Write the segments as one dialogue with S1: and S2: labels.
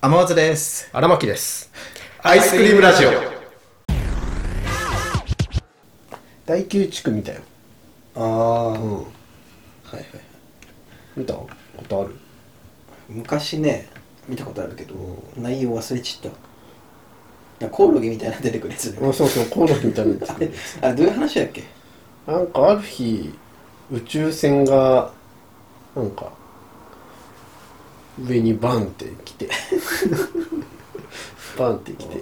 S1: 天松です
S2: 荒牧です
S1: アイスクリームラジオ
S2: 第9地区見たよ
S1: ああ、
S2: うん
S1: はいはい
S2: 見たことある
S1: 昔ね見たことあるけど、内容忘れちったなんかコオロギみたいなの出てくるやつだよ
S2: あそうそうコオロギみたいなやつ
S1: あれあれどういう話だっけ
S2: なんかある日宇宙船がなんか上にバンって来 てバンって来て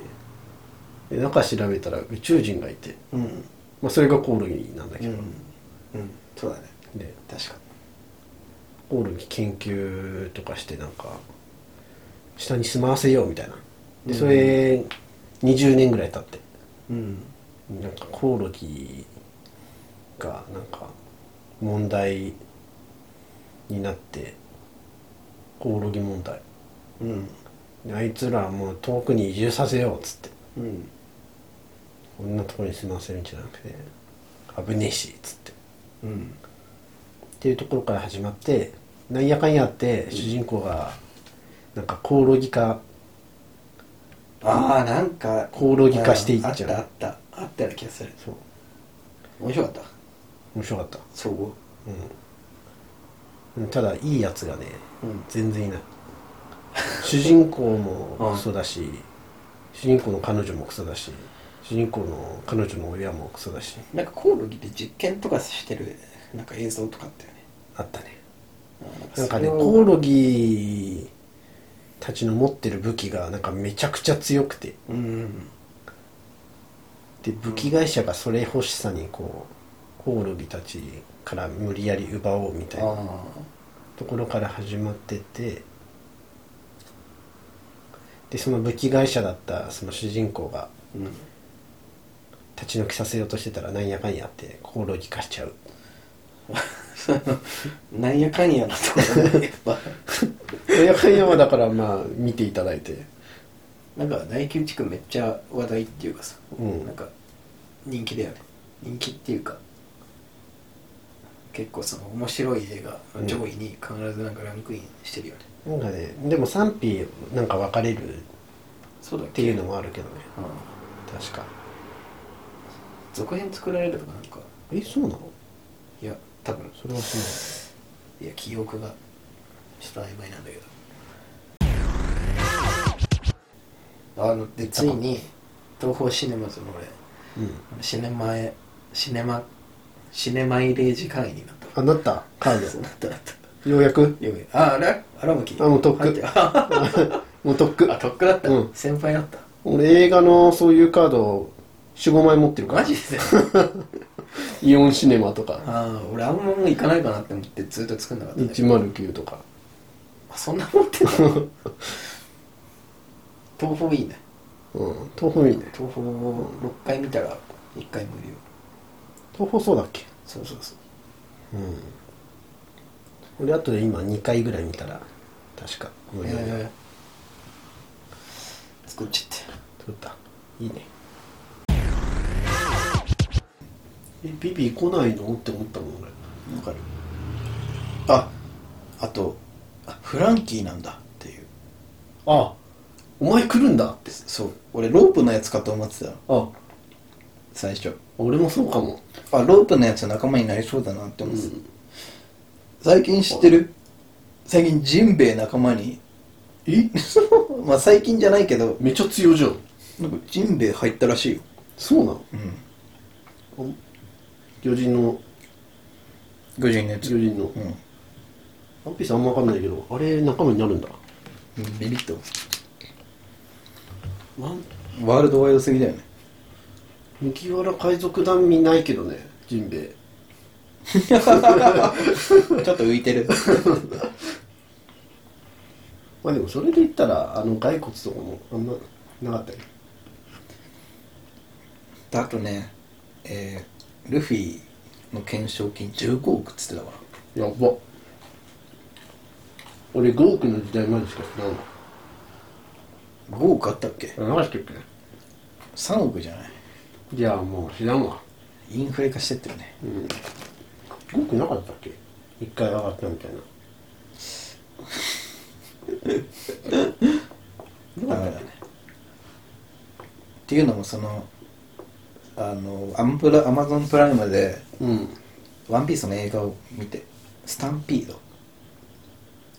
S2: で中調べたら宇宙人がいて、
S1: うん
S2: まあ、それがコオロギなんだけ
S1: う
S2: ど、
S1: んうんそうだね
S2: で
S1: 確か
S2: コオロギ研究とかしてなんか下に住まわせようみたいなでそれ20年ぐらい経って
S1: うん
S2: なんかコオロギがなんか問題になってコオロギ問題
S1: うん
S2: であいつらもう遠くに移住させようっつって
S1: うん
S2: こんなとこに住まわせるんじゃなくて危ねえしっつって
S1: うん
S2: っていうところから始まってなんやかんやって主人公がなんかコオロギ化
S1: ああなんか
S2: コオロギ化していっちゃう
S1: あったあったあったような気がする
S2: そう
S1: 面白かった
S2: 面白かった
S1: 総合
S2: うんただいいやつがね
S1: うん
S2: 全然いない 主人公
S1: う
S2: も
S1: ん
S2: クソだし、主人公の彼女もクソだし主人公の彼女の親もクソだし
S1: なんかコオロギで実験とかしてるなんか映像とかあったよね
S2: あったね
S1: あ
S2: なんかね
S1: それを
S2: コオロギたちの持ってる武器がなんかめちゃくちゃ強くて
S1: うん
S2: で武器会社がそれ欲しさにこうコオロギたちから無理やり奪おうみたいな
S1: あ
S2: ところから始まっててでその武器会社だったその主人公が
S1: ーうん
S2: 立ち退きさせようとしてたらなんやかんやってコオロギ化しち ゃう
S1: その なんやかんやなところねやっぱ
S2: なんやかんやはだからまあ見ていただいて
S1: なんか大宮地区めっちゃ話題っていうかさ、
S2: うん
S1: なんか人気だよね人気っていうか結構その面白い映画の上位に必ずなんかランクインしてるよね、
S2: なんかねでも賛否なんか分かれるっ
S1: そうだって
S2: いうの
S1: ん、
S2: もあるけどね確か
S1: 続編作られるとかなんか
S2: えそうなの
S1: いや多分
S2: それはそ
S1: いや記憶がちょっと曖昧なんだけどあのでついに東宝シネマズの俺
S2: うなのうん
S1: シネマへシネマシネマイレージ会員になった
S2: あなったカ
S1: そう
S2: ー
S1: なったなった
S2: ドようやく
S1: よくああれ荒牧
S2: あもうとっく
S1: 入 てあ
S2: もうとっく
S1: あとっくだった、
S2: うん
S1: 先輩だった
S2: 俺映画のそういうカード45枚持ってるから
S1: マジで
S2: イオンシネマとか
S1: ああ俺あんまもう行かないかなって思ってずっと作んなかったんだけど
S2: 109とか
S1: あそんな持ってんの東宝いいね
S2: うん東宝いいね
S1: 東宝を6回見たら1回無料
S2: 東宝そうだっけ
S1: そうそうそう
S2: うん俺あとで今2回ぐらい見たら確か無料で
S1: えー作っちゃっ
S2: 撮ったいいねえビビ来ないのって思ったもん俺
S1: てわかるああとあフランキーなんだっていう
S2: あお前来るんだって
S1: そう俺ロープのやつかと思ってたの
S2: あ
S1: 最初
S2: 俺もそうかも
S1: あロープのやつ仲間になりそうだなって思ってた、最近知ってる最近ジンベエ仲間に
S2: え
S1: まあ最近じゃないけど
S2: めっちゃ強いじゃん
S1: なんかジンベエ入ったらしいよ
S2: そうなの
S1: うん
S2: 魚人の
S1: 巨人のやつ
S2: 魚人の
S1: うん
S2: ワンピースあんま分かんないけどあれ仲間になるんだ
S1: ビビッと
S2: ワン
S1: ワールドワイドすぎだよ ね
S2: 麦わら海賊団見ないけどねジンベエ
S1: ちょっと浮いてる
S2: まあでもそれで言ったらあの骸骨とかもあんまなかったけど
S1: あとねえー、ルフィの懸賞金15億っつってたわ
S2: やば俺5億の時代までしか知らんわ
S1: 5億あったっけ
S2: あ流してるっ
S1: 3億じゃない
S2: けじゃあもう知らんわ
S1: インフレ化してってるね
S2: 5億なかったっけ一回上がったみたいな
S1: っていうのもそのあのアマプラアマゾンプライムで
S2: うん
S1: 「ワンピースの映画を見て「スタンピード」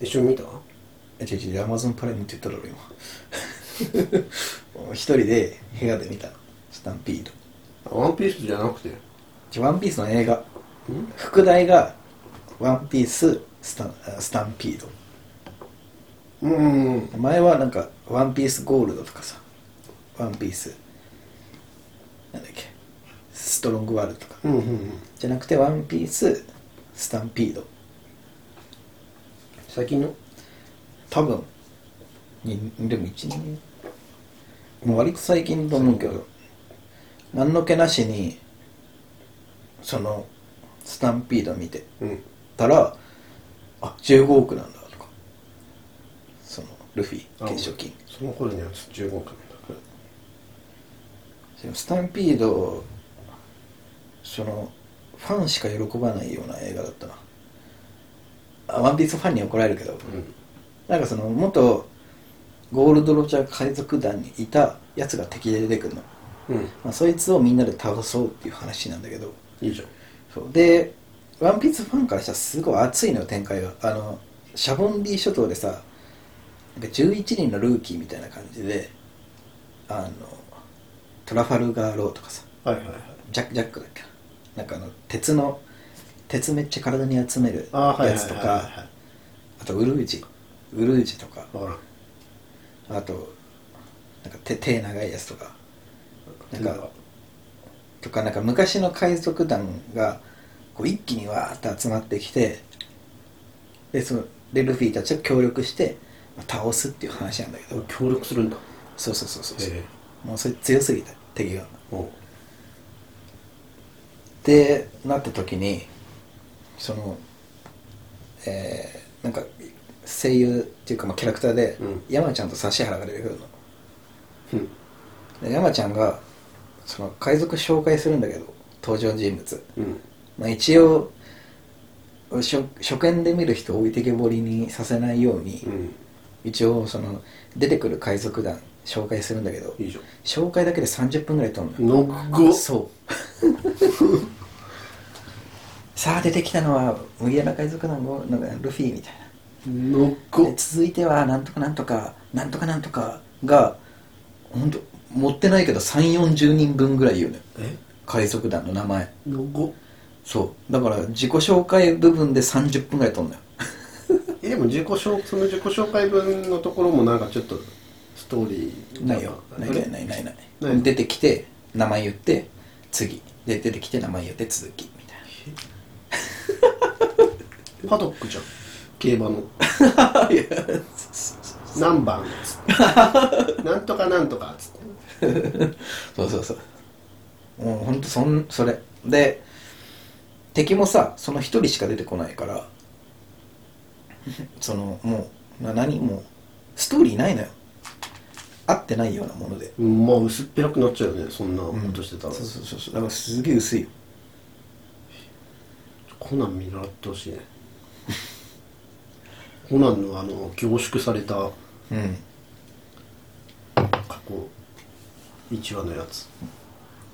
S2: 一緒に見た
S1: え違う違うアマゾンプライムって言っただろ今 一人で部屋で見たスタンピード
S2: ワンピースじゃなくてん
S1: じゃワンピースの映画副題が「ワンピーススタンあスタンピード
S2: うんうん」
S1: 前はなんか「ワンピースゴールド」とかさ「ワンピース」なんだっけ「ストロングワールド」とか
S2: うんうん
S1: じゃなくて「ワンピーススタンピード
S2: 先の」
S1: 多分にでも1年もう割と最近と思うけど何の気なしにそのスタンピード見て
S2: うん
S1: たらあ15億なんだとかそのルフィ
S2: あ
S1: 懸賞金
S2: その頃には15億なんだ
S1: でもスタンピードそのファンしか喜ばないような映画だったなあワンピースファンに怒られるけど、
S2: うん
S1: なんかその元ゴールド・ロジャー海賊団にいたやつが敵で出てくるの、
S2: うん
S1: まあ、そいつをみんなで倒そうっていう話なんだけど
S2: いいじゃん
S1: そうで「ワンピースファンからしたらすごい熱いのよ展開があのシャボンディ諸島でさなんか11人のルーキーみたいな感じであのトラファルガー・ローとかさ
S2: はいはいはい
S1: ジャックジャックだっけななんかあの鉄の鉄めっちゃ体に集める
S2: あはい
S1: や
S2: はい
S1: つと
S2: はいはい
S1: かあとウルージウルージとか
S2: 分からん
S1: あとなんか手手長いやつとかなんかとかなんか昔の海賊団がこう一気にわーって集まってきてでそのでルフィたちと協力してまあ倒すっていう話なんだけど
S2: 協力するんだ
S1: そうそうそうそうそう
S2: え
S1: もうそれ強すぎた敵が。
S2: えおう
S1: ってなった時にそのえーなんか声優っていうかまあキャラクターで
S2: うん
S1: 山ちゃんと指原が出てくるの。
S2: うん
S1: で山ちゃんがその海賊紹介するんだけど登場人物、
S2: うん
S1: まあ、一応初初見で見る人を置いてけぼりにさせないように、
S2: うん
S1: 一応その出てくる海賊団紹介するんだけど
S2: いいじゃん
S1: 紹介だけで30分ぐらい撮るのよ
S2: のご
S1: そうさあ出てきたのは麦わら海賊団のなんかルフィみたいな
S2: の
S1: で続いてはなんとかなんとかなんとかなんとかが本当持ってないけど3 4 0人分ぐらい言うのよ
S2: え
S1: 海賊団の名前
S2: のご
S1: そうだから自己紹介部分で30分ぐらい撮んのよ
S2: えでも自己紹その自己紹介文のところもなんかちょっとストーリー
S1: ないよないないないいないない
S2: ない
S1: 出てきて名前言って次で出てきて名前言って続きみたい
S2: パドックじゃん競馬の
S1: な いや
S2: 何番っつっ てなんとかなんとかっつって
S1: そうそうそうもうほんとそんそれで敵もさその一人しか出てこないから そのもうな何もうストーリーないのよ合ってないようなもので
S2: うんまあ薄っぺらくなっちゃうよねそんなことしてたら、
S1: そうそうそうそうだからすげえ薄いよ
S2: コナン見習ってほしいね コナンのあの凝縮された
S1: うん
S2: 過去1話のやつ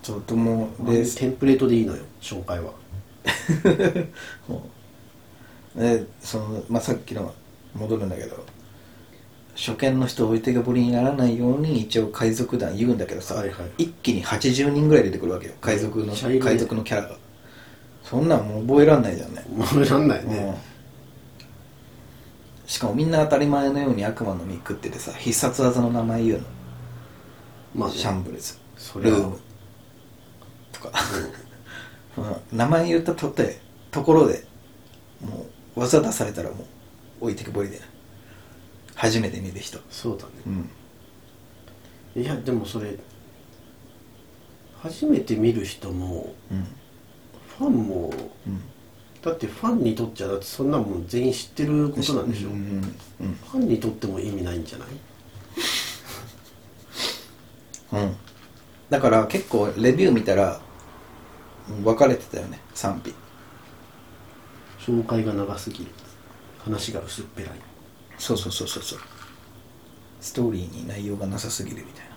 S1: ちょっともう
S2: で
S1: で
S2: テンプレートでいいのよ紹介は
S1: でその、まあ、さっきの戻るんだけど初見の人を置いてけぼりにならないように一応海賊団言うんだけどさ、
S2: はいはい
S1: 一気に80人ぐらい出てくるわけよ海賊
S2: め
S1: の
S2: っちゃいるね
S1: 海賊のキャラがそんなんもう覚えらんないじゃんね
S2: もうやんない
S1: もう
S2: ね
S1: しかもみんな当たり前のように悪魔の実食っててさ必殺技の名前言う
S2: まあ
S1: の
S2: ね
S1: シャンブルズ
S2: それ
S1: ル
S2: は
S1: ームとか、うん 名前言ったとてところでもう技出されたらもう置いてけぼりで初めて見る人
S2: そうだね
S1: うん
S2: いやでもそれ初めて見る人も
S1: うん
S2: ファンもだってファンにとっちゃだってそんなもん全員知ってる
S1: う
S2: こ
S1: ん
S2: となんでしょ、
S1: うんうん
S2: ファンにとっても意味ないんじゃない
S1: うん、うん、だから結構レビュー見たらうん分かれてたよね賛否
S2: 紹介が長すぎる話が薄っぺらい
S1: そうそうそうそうそうストーリーに内容がなさすぎるみたいな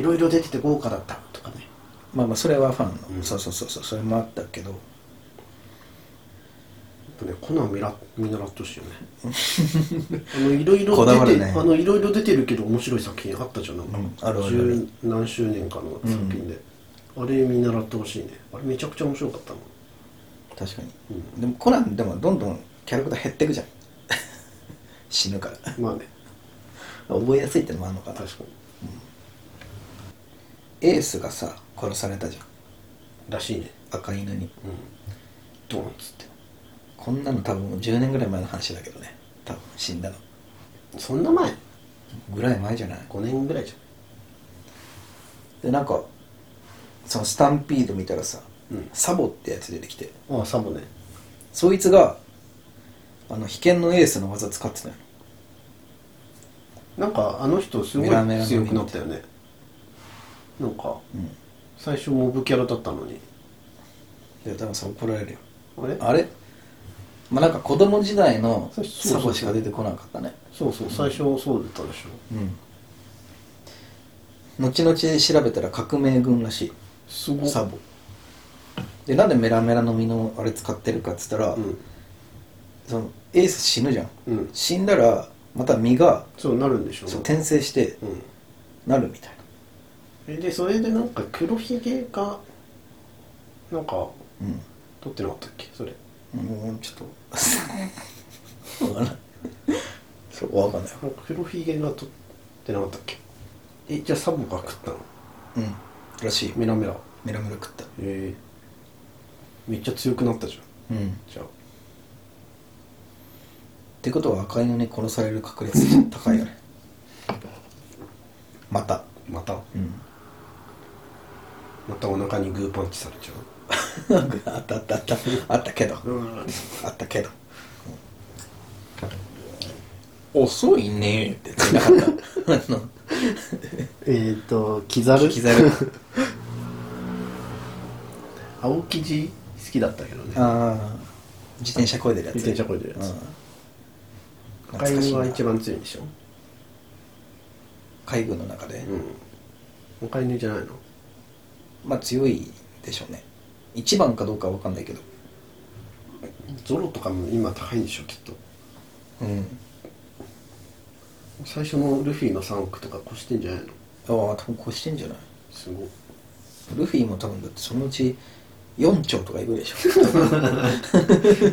S3: いろいろ出てて豪華だったとかね
S1: まあまあそれはファンの、
S2: うん
S1: そうそうそうそうそれもあったけど
S2: とねコナン見ら見習ってほしいよね
S3: あ のいろいろ
S1: こだわ
S3: 出て、
S1: るね
S3: あのいろいろ出てるけど面白い作品あったじゃんなんか、
S1: うんあるあるある
S2: 十何周年かの作品で、あれ見習ってほしいねあれめちゃくちゃ面白かったの
S1: 確かに、でもコナンでもどんどんキャラクター減ってくじゃん 死ぬから
S2: まあね
S1: 覚えやすいってのもあるのかな
S2: 確かに
S1: エースがさ殺されたじゃん
S2: らしいね
S1: 赤犬に
S2: うんドーンっつって
S1: こんなの多分10年ぐらい前の話だけどね多分死んだの
S2: そんな前
S1: ぐらい前じゃない
S2: 5年ぐらいじ
S1: でなんかそのスタンピード見たらさ、
S2: うん
S1: サボってやつ出てきて
S2: ゃんああサボね
S1: そいつがあの秘剣のエースの技使ってたのよ
S2: なんかあの人すごい
S1: メラメラの
S2: 強くなったよねなんか、
S1: ん
S2: 最初モブキャラだったのに
S1: で多分さ怒られるよ
S2: あれ
S1: あれまあなんか子供時代の
S2: そうそうそ
S1: サ
S2: う
S1: ボしか出てこなかったね
S2: そうそう最初そうだったでしょ、
S1: うん後々調べたら革命軍らし
S2: すご
S1: い
S2: い
S1: サボでなんでメラメラの実のあれ使ってるかっつったら、
S2: うん
S1: そのエース死ぬじゃん
S2: うん
S1: 死んだらまた実が
S2: そうなるんでしょ
S1: そう転生して
S2: うん
S1: なるみたい
S2: えでそれでなんか黒ひげがなんか
S1: なうん
S2: 撮ってなかったっけそれ
S1: もうちょっとわかんない そこわかんないわ
S2: なんか黒ひげが撮ってなかったっけえじゃあサボが食ったの
S1: うんらしい
S2: メラメラへ
S1: メラメラ食った
S2: えめっちゃ強くなったじゃん
S1: うんっ
S2: じゃあ
S1: てことは赤犬に殺される確率高 いよねまた
S2: また
S1: うん
S2: またお腹にグーパンチされちゃう
S1: なんかあったあったあったあったけど
S2: うん
S1: あったけど遅いねって言ってなかったあの
S3: えっ、とキザル
S1: キザル
S3: 青生地好きだったけどね
S1: ああ自転車こいでるやつ
S3: 自転車こいでるやつ
S1: うん
S2: 赤
S1: 懐かしい
S2: 犬
S1: な
S2: が一番強いんでしょ
S1: 海軍の中で、
S2: うん赤犬じゃないの
S1: まあ強いでしょうね一番かどうかは分かんないけど
S2: ゾロとかも今高いんでしょきっと
S1: うん
S2: 最初のルフィの3億とか越してんじゃないの
S1: ああ多分越してんじゃない
S2: すごい
S1: ルフィも多分だってそのうち4兆とかいくでしょ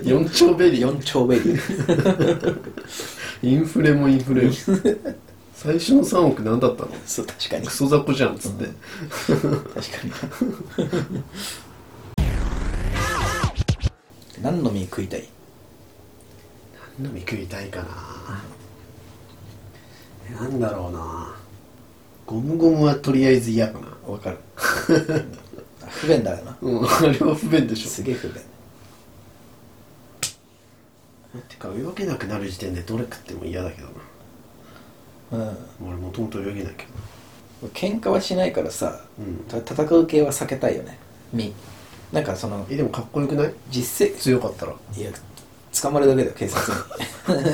S3: 4兆ベリ
S1: 4兆ベリー
S2: インフレもインフレ最初の3億何だったの
S1: そう確かに
S2: クソ雑魚じゃんっつって、
S1: 確かに何の実食いたい
S2: 何のみ食いたいかなえなんだろうなゴムゴムはとりあえず嫌かな
S1: 分かるうん不便だよな
S2: うんあれは不便でし
S1: すげえ不便
S2: ょてか泳げなくなる時点でどれ食っても嫌だけどな
S1: うん
S2: 俺もともと泳げないけど
S1: 喧嘩はしないからさ、
S2: うん
S1: た戦う系は避けたいよねみなんかその
S2: えでもかっこよくない
S1: 実践
S2: 強かったら
S1: いや捕まるだけだよ警察に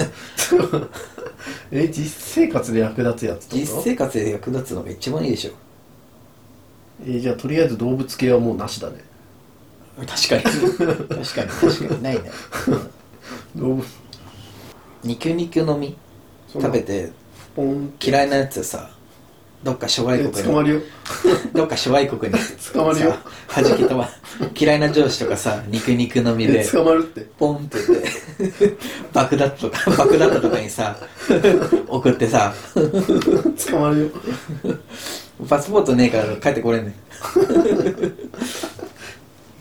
S2: え実生活で役立つやつって
S1: 実
S2: こと
S1: 生活で役立つのが一番いいでしょ
S2: えじゃあとりあえず動物系はもうなしだね
S1: 確かに確かに確かにないね
S2: 動物
S1: 二級二級の実
S2: そんな
S1: 食べて
S2: ポンって
S1: 嫌いなやつさどっか諸
S2: え
S1: 外
S2: 捕
S1: 国
S2: ま
S1: に
S2: るよ
S1: どっか諸外国に
S2: 捕まるよ
S1: さ弾き飛ば嫌いな上司とかさ肉肉の実で
S2: え捕まる って
S1: ポンって言って爆弾とか爆弾とかにさ送ってさ
S2: 捕まるよ
S1: パスポートねえから帰ってこれんねん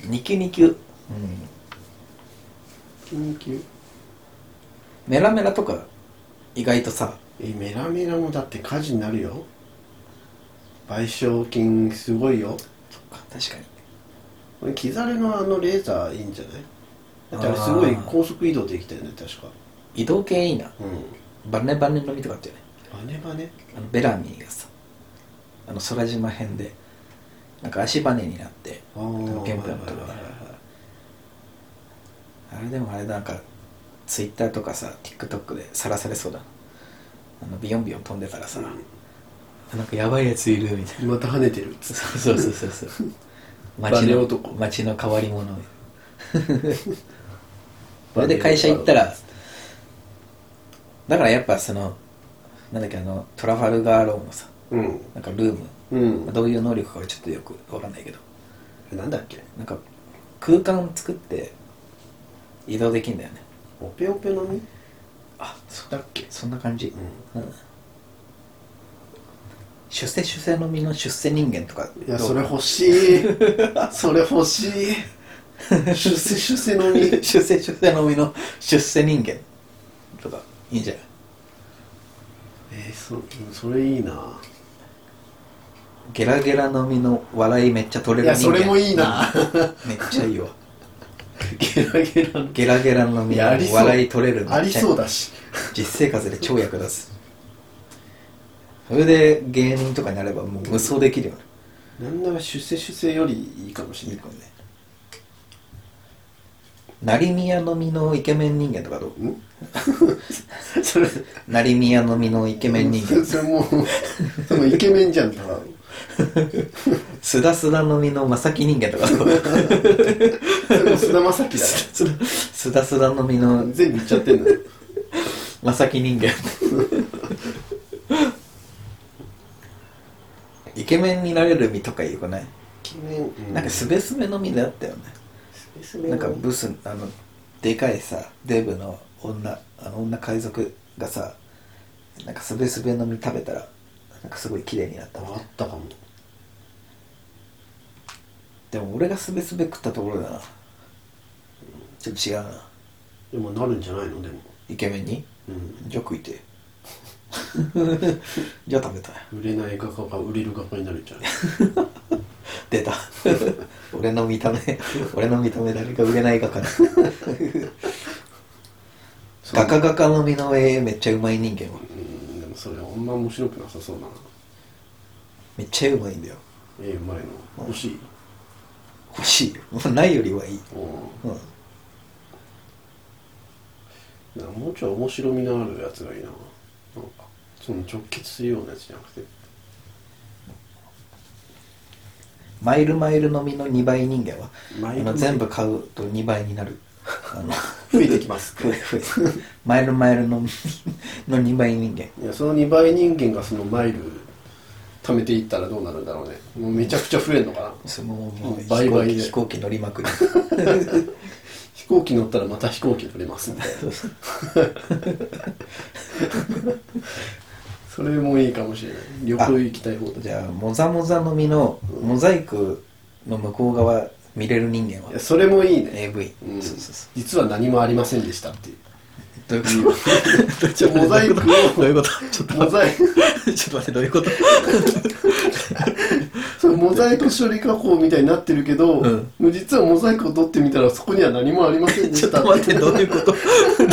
S1: 二級二級、うん、
S2: 緊急
S1: メラメラとか意外とさ
S2: えメラメラもだって火事になるよ賠償金すごいよ
S1: 確かに
S2: 俺キザレのあのレーザーいいんじゃないだってあれすごい高速移動できたよね確か
S1: 移動系いいな
S2: うん
S1: バネバネの実とかあったよね
S2: バネバネ
S1: あのベラミーがさあの空島編でなんか足バネになって
S2: ああ
S1: 原本とかあれでもあれなんかツイッターとかさ TikTok でさらされそうだなあのビヨンビヨン飛んでたらさ、なんかやばいやついるみたい
S3: また跳ねてるっつ
S1: な
S3: って
S1: そうそうそうそう そう
S3: バ
S1: 街
S3: ネ
S1: の
S3: 男
S1: 街の変わり者それで会社行ったらだからやっぱそのなんだっけあのトラファルガーローのさ
S2: うん
S1: なんかルーム
S2: うん
S1: どういう能力かはちょっとよくわかんないけど
S2: なんだっけ
S1: なんか空間作って移動できんだよね
S2: オペオペのみ
S1: あそ
S2: だっけ
S1: そんな感じ、
S2: う
S1: うん出世出世の身の出世人間とか
S3: いや
S1: どう
S3: それ欲しい それ欲しい出世出世のみ
S1: 出世出世の身の出世人間とかいいんじゃない
S3: えー、そそれいいな
S1: ゲラゲラの身の笑いめっちゃ取
S3: い
S1: れる
S3: や
S1: 人
S3: そ
S1: 間
S3: れもいいな
S1: めっちゃいいわ
S3: ゲラゲラの
S1: ゲラゲラの身
S3: い
S1: の
S3: やありそう
S1: 笑い取れるの
S3: ありそう
S1: だ
S3: だし
S1: 実生活で超役立つそれで芸人とかになればもう無双できるよね
S3: なんなら出世出世よりいいかもしれない
S1: もね成宮の実のイケメン人間とかどう
S3: それ
S1: 成宮の実のイケメン人間
S3: それもうそのイケメンじゃんただの
S1: すだすだの実の正木人間とかどう
S3: それも菅田将暉だ ね
S1: すだすだの実の
S3: 全部いっちゃってんだよ
S1: 正木人間イケメンになれる実とかよくない、
S3: イケメン、う
S1: なんかすべすべの実だったよね
S3: ス
S1: なんかブスあのでかいさデブの女あの女海賊がさなんかすべすべの実食べたらなんかすごい綺麗になった
S2: あったかも
S1: でも俺がすべすべ食ったところだなちょっと違うな
S2: でもなるんじゃないのでも
S1: イケメンに
S2: うん
S1: じゃあ食いてじゃあ食べたい
S2: 売れない画家が売れる画家になるんじゃない
S1: 出た俺の見た目俺の見た目誰か売れない画家だ
S2: そう
S1: ガカガカの身の絵めっちゃうまい人間は
S2: うんでもそれあんま面白くなさそうだな
S1: めっちゃうまいんだよ
S2: 絵うまいの欲しい
S1: 欲しいよもうないよりはいい、
S2: う
S1: うん、
S2: んなんかもうちょい面白みのあるやつがいいななんかその直結するようなやつじゃなくて
S1: マイルマイルの実の2倍人間は
S2: マイル
S1: あの全部買うと2倍になるあの
S3: 増えてきます
S1: ふえふえマイルマイルの実の2倍人間
S2: いやその2倍人間がそのマイル貯めていったらどうなるんだろうねもうめちゃくちゃ増えるのかな
S1: そのもう飛
S2: 倍
S1: 行
S2: 々
S1: 機
S2: で
S1: 飛行機乗りまくる
S2: 飛行機乗ったらまた飛行機乗れますんでそれもいいかもしれない旅行行きたい方で
S1: じゃあモザモザの実のモザイクの向こう側見れる人間はい
S2: やそれもいいね、
S1: AV、
S2: うん
S1: そうそうそう
S2: 実は何もありませんでしたっていう
S1: どういうこと
S2: じゃあモザイクを
S1: どういうことちょっと
S2: モザイク
S1: 待ってちょっと待ってどういうこと
S2: そのモザイク処理加工みたいになってるけど、
S1: うん
S2: 実はモザイクを取ってみたらそこには何もありませんで
S1: ちょっ
S2: した
S1: と待ってどういうこと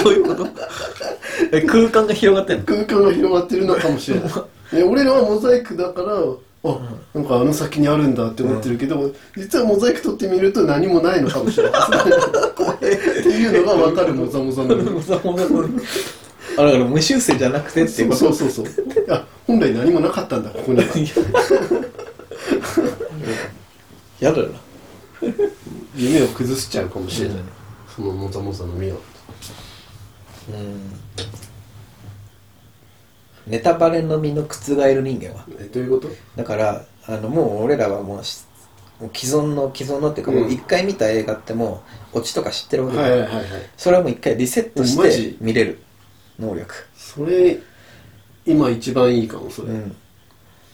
S1: どういうことえ空間が広がってんの
S2: 空間が広がってるのかもしれないえ俺らはモザイクだからあなんかあの先にあるんだって思ってるけど、実はモザイク取ってみると何もないのかもしれないっていうのが分かるモザモザの
S1: モザモザのあだから無修正じゃなくてっていうこと
S2: そうそうそうそういや本来何もなかったんだここには
S1: やだよな
S2: 夢を崩しちゃうかもしれない、そのモザモザの実を
S1: うんネタバレの身の覆る人間は
S2: えどういうこ
S1: だからあのもう俺らはもうしもう既存の既存のっていうか
S2: うん
S1: もう一回見た映画ってもうオチとか知ってるわ
S2: と
S1: け、
S2: はいはいはいはい
S1: それはもう一回リセット
S2: マ
S1: し
S2: ジ
S1: て見れる能力
S2: それ今一番いいかもそれ、
S1: うん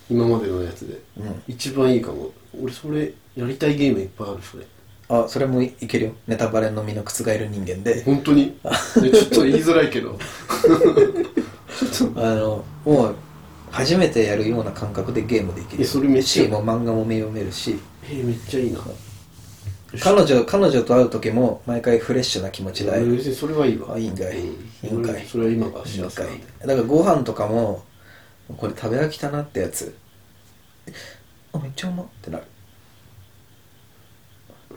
S2: 今までのやつで
S1: うん
S2: 一番いいかも俺それやりたいゲームいっぱいあるそれ
S1: あそれもいけるよネタバレの身の覆る人間で
S2: 本当 にねちょっと言いづらいけど
S1: あのもう初めてやるような感覚でゲームできる
S2: えそれめっちゃ
S1: しもう漫画も目読めるし
S2: えーめっちゃいいな
S1: 彼女彼女と会う時も毎回フレッシュな気持ちで会え
S2: 俺
S1: る
S2: 別にそれはいいわ
S1: あいいんかい
S2: うん
S1: いいんかい
S2: 俺それは今が
S1: いい
S2: 幸せなんで
S1: だからご飯とかもこれ食べ飽きたなってやつあめっちゃうまってなる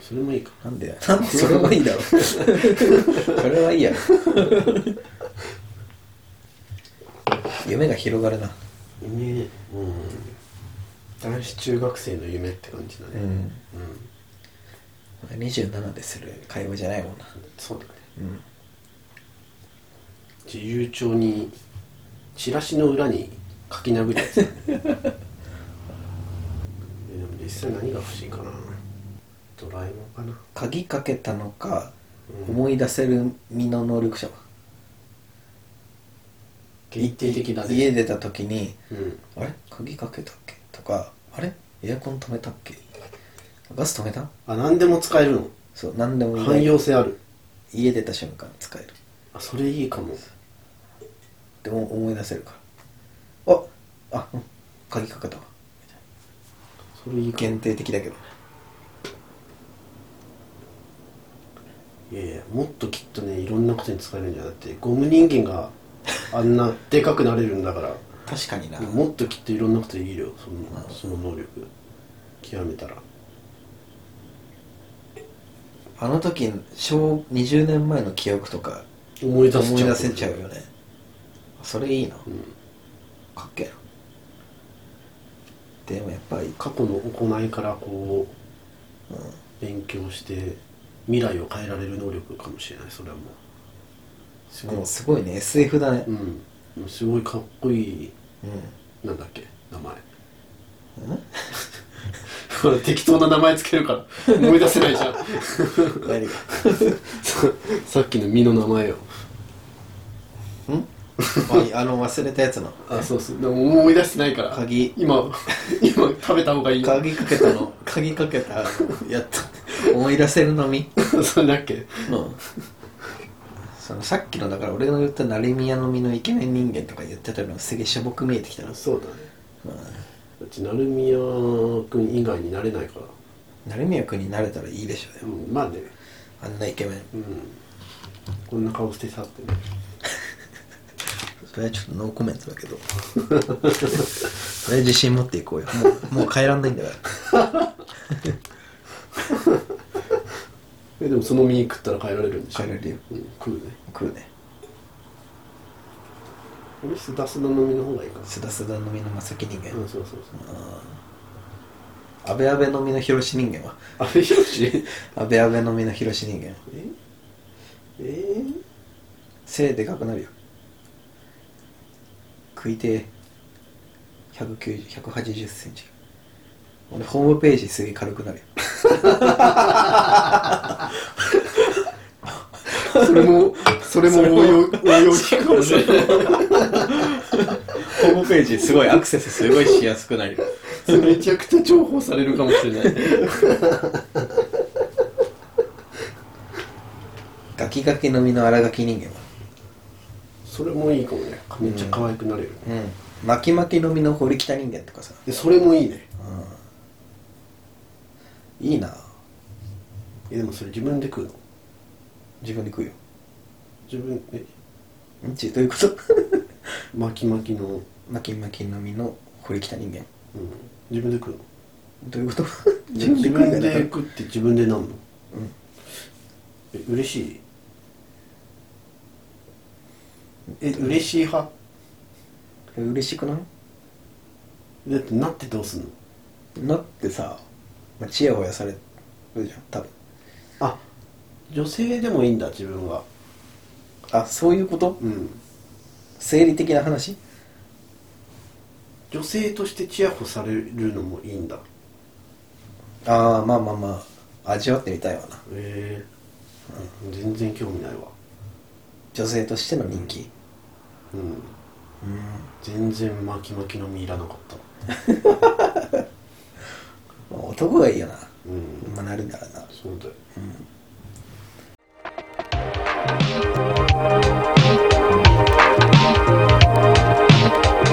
S2: それもいいか
S1: なん でなんでそれはいいだろそれはいいやろ夢が広がるな
S2: 夢うん男子中学生の夢って感じだ
S1: う
S2: ね
S1: ん
S2: うん、
S1: 27でする会話じゃないもんな
S2: そうだね
S1: うん
S2: 自由帳にチラシの裏に書き殴るやつだ ねえでも実際何が欲しいかなドラえもんかな
S1: 鍵かけたのか、
S2: うん
S1: 思い出せる身の能力者は
S2: 限定的だね
S1: い家出た時に
S2: うん
S1: 「あれ鍵かけたっけ?」とか「あれエアコン止めたっけガス止めた?
S2: あ何でも使えるの」
S1: そう何でも
S2: 汎
S1: いい
S2: 用性ある
S1: 家出た瞬間使える
S2: あそれいいかも
S1: でも思い出せるからああうん鍵かけたわ
S2: それいいかも
S1: 限定的だけどね
S2: いやいやもっときっとねいろんなことに使えるんじゃなくてゴム人間があ んなでかくなれるんだから
S1: 確かにな
S2: もっときっといろんなことできるよそ
S1: うん
S2: のその能力極めたら
S1: あの時小20年前の記憶とか
S2: 思い出せ
S1: 思い
S2: ちゃう
S1: 出せちゃうよねそれいいな
S2: うん
S1: かっけえなでもやっぱり
S2: 過去の行いからこう勉強して未来を変えられる能力かもしれないそれはもうす
S1: も
S2: ご
S1: う
S2: い
S1: すごいね SF だね
S2: うんもうすごいかっこいい
S1: うん
S2: なんだっけ名前
S1: ん
S2: ほら適当な名前つけるから思い出せないじゃん
S1: 何が
S2: ささっきの身の名前を
S1: あいあの忘れたやつの
S2: あそうそうでも思い出してないから
S1: 鍵
S2: 今今食べた方がいい
S1: 鍵かけたの鍵かけた やった思い出せるのみ
S2: それだっけ
S1: うんそのさっきのだから俺の言った成宮の実のイケメン人間とか言ってたのすげえしょぼく見えてきたな、
S2: そうだね
S1: う
S2: うち成宮君以外になれないから
S1: ん、成宮君になれたらいいでしょう
S2: う
S1: よ
S2: んまあね
S1: あんなイケメン
S2: うんこんな顔してさってね
S1: それはちょっとノーコメントだけどそれは自信持っていこうよもうもう帰らんないんだから
S2: えでもその身食ったら変えられるんでしょ
S1: 変えられるよ、
S2: うん、食うね
S1: 食うね
S2: 俺すだすだの身の方がいいかな
S1: すだすだの実の正木人間、
S2: うんそうそうそう
S1: 安倍安倍の実の広し人間は
S2: 阿部寛
S1: 安倍安倍の実の広し人間は
S2: ええ
S1: 背でかくなるよ食いてえ190 180センチ俺ホームページすげえ軽くなるよ
S2: それも それも応用 応用聞くかもしれない
S1: ホームページすごいアクセスすごいしやすくなるよ
S2: めちゃくちゃ重宝されるかもしれない
S1: ガキガキの実の荒ガキ人間は
S2: それもいいかもねめっちゃ可愛くなれる、
S1: うん巻き巻きの実の堀北人間とかさ
S2: でそれもいいね
S1: いいな
S2: えでもそれ自分で食うの
S1: 自分で食うよ
S2: 自分え
S1: んちどういうこと
S2: 巻き巻きの、うん、
S1: 巻き巻きの実の堀北人間
S2: 自分で食うの
S1: どういうこと
S2: 自分
S1: だ
S2: で
S1: から
S2: 食って自分でなんの
S1: うん
S2: え嬉しいえ嬉しい派
S1: え嬉しくない
S2: だってなってどうすんの
S1: なってさ、まあ、ちやほやされるじゃん多分
S2: あ女性でもいいんだ自分は
S1: あそういうこと
S2: うん
S1: 生理的な話
S2: 女性としてチヤホされるのもいいんだ
S1: ああまあまあまあ味わってみたいわな
S2: へえ全然興味ないわ
S1: 女性としての人気
S2: うん
S1: うん
S2: 全然巻き巻きの実いらなかった
S1: まあ、男がいいよな
S2: うん
S1: まあなるならな
S2: そうだよ